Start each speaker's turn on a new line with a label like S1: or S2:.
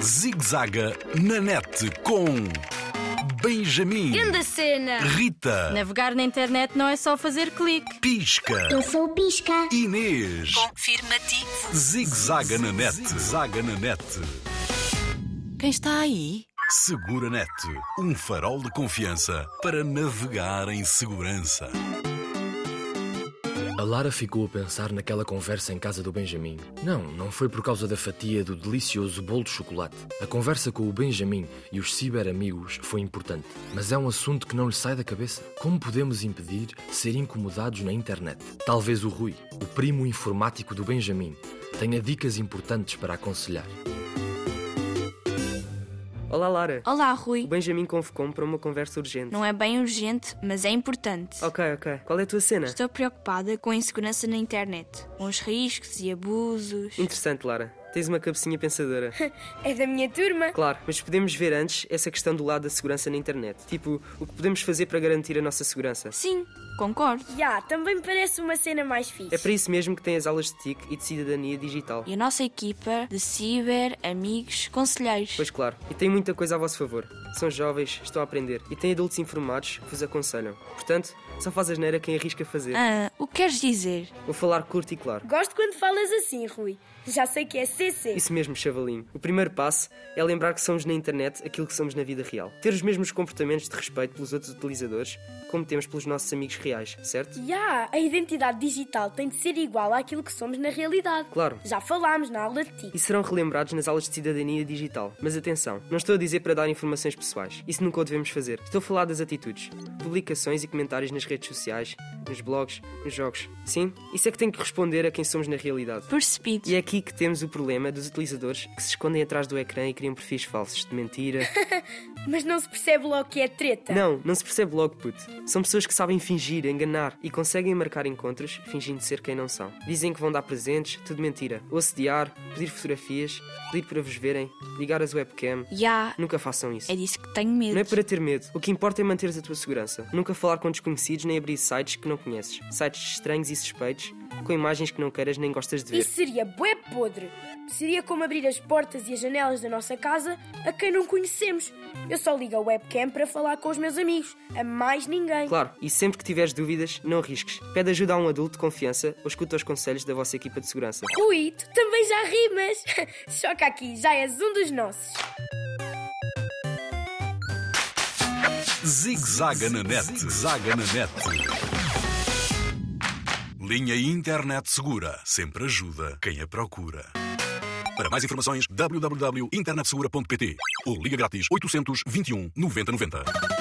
S1: Zigzaga na net com Benjamin,
S2: Grande cena!
S1: Rita,
S3: Navegar na internet não é só fazer clique.
S1: Pisca,
S4: Eu sou o Pisca.
S1: Inês.
S5: Confirmativo.
S1: Zigzaga na net, zaga na net.
S5: Quem está aí?
S1: Segura net, um farol de confiança para navegar em segurança.
S6: A Lara ficou a pensar naquela conversa em casa do Benjamin. Não, não foi por causa da fatia do delicioso bolo de chocolate. A conversa com o Benjamin e os ciberamigos foi importante, mas é um assunto que não lhe sai da cabeça. Como podemos impedir ser incomodados na internet? Talvez o Rui, o primo informático do Benjamin, tenha dicas importantes para aconselhar.
S7: Olá, Lara.
S3: Olá,
S7: O
S3: Rui.
S7: Benjamin convocou-me para uma conversa urgente.
S3: Não é bem urgente, mas é importante.
S7: Ok, ok. Qual é a tua cena?
S3: Estou preocupada com a insegurança na internet, com os riscos e abusos.
S7: Interessante, Lara. Tens uma cabecinha pensadora.
S2: É da minha turma.
S7: claro, mas podemos ver antes essa questão do lado da segurança na internet. Tipo, o que podemos fazer para garantir a nossa segurança.
S3: Sim, concordo.
S2: Já, também me parece uma cena mais fixe.
S7: É para isso mesmo que tem as aulas de TIC e de cidadania digital.
S3: E a nossa equipa de ciber, amigos, conselheiros.
S7: Pois claro, e tem muita coisa a vosso favor. São jovens, estão a aprender e têm adultos informados que vos aconselham. Portanto, só faz asneira quem arrisca fazer.
S3: Ah, o que queres dizer?
S7: Vou falar curto e claro.
S2: Gosto quando falas assim, Rui. Já sei que é CC.
S7: Isso mesmo, chavalinho. O primeiro passo é lembrar que somos na internet aquilo que somos na vida real. Ter os mesmos comportamentos de respeito pelos outros utilizadores como temos pelos nossos amigos reais, certo?
S2: Já, a identidade digital tem de ser igual àquilo que somos na realidade.
S7: Claro.
S2: Já falámos na aula de ti.
S7: E serão relembrados nas aulas de cidadania digital. Mas atenção, não estou a dizer para dar informações pessoais. Isso nunca o devemos fazer. Estou a falar das atitudes, publicações e comentários nas redes sociais, nos blogs, nos jogos. Sim, isso é que tem que responder a quem somos na realidade.
S3: Percebido.
S7: E é aqui que temos o problema dos utilizadores que se escondem atrás do ecrã e criam perfis falsos de mentira.
S2: Mas não se percebe logo que é treta.
S7: Não, não se percebe logo, puto. São pessoas que sabem fingir, enganar e conseguem marcar encontros fingindo ser quem não são. Dizem que vão dar presentes, tudo mentira. Ou assediar, pedir fotografias, pedir para vos verem, ligar as webcam.
S3: Já,
S7: Nunca façam isso.
S3: é disso que tenho medo.
S7: Não é para ter medo. O que importa é manteres a tua segurança. Nunca falar com desconhecidos nem abrir sites que não conheces. Sites estranhos e suspeitos, com imagens que não queiras nem gostas de ver.
S2: Isso seria bué podre. Seria como abrir as portas e as janelas da nossa casa a quem não conhecemos. Eu só ligo a webcam para falar com os meus amigos, a mais ninguém.
S7: Claro, e sempre que tiveres dúvidas, não arrisques. Pede ajuda a um adulto de confiança ou escuta os conselhos da vossa equipa de segurança.
S2: Rui, tu também já rimas. Choca aqui, já és um dos nossos.
S1: Zigzaga na net, zaga na net. Linha Internet Segura sempre ajuda quem a procura. Para mais um informações, www.internetsegura.pt ou liga grátis 821 9090.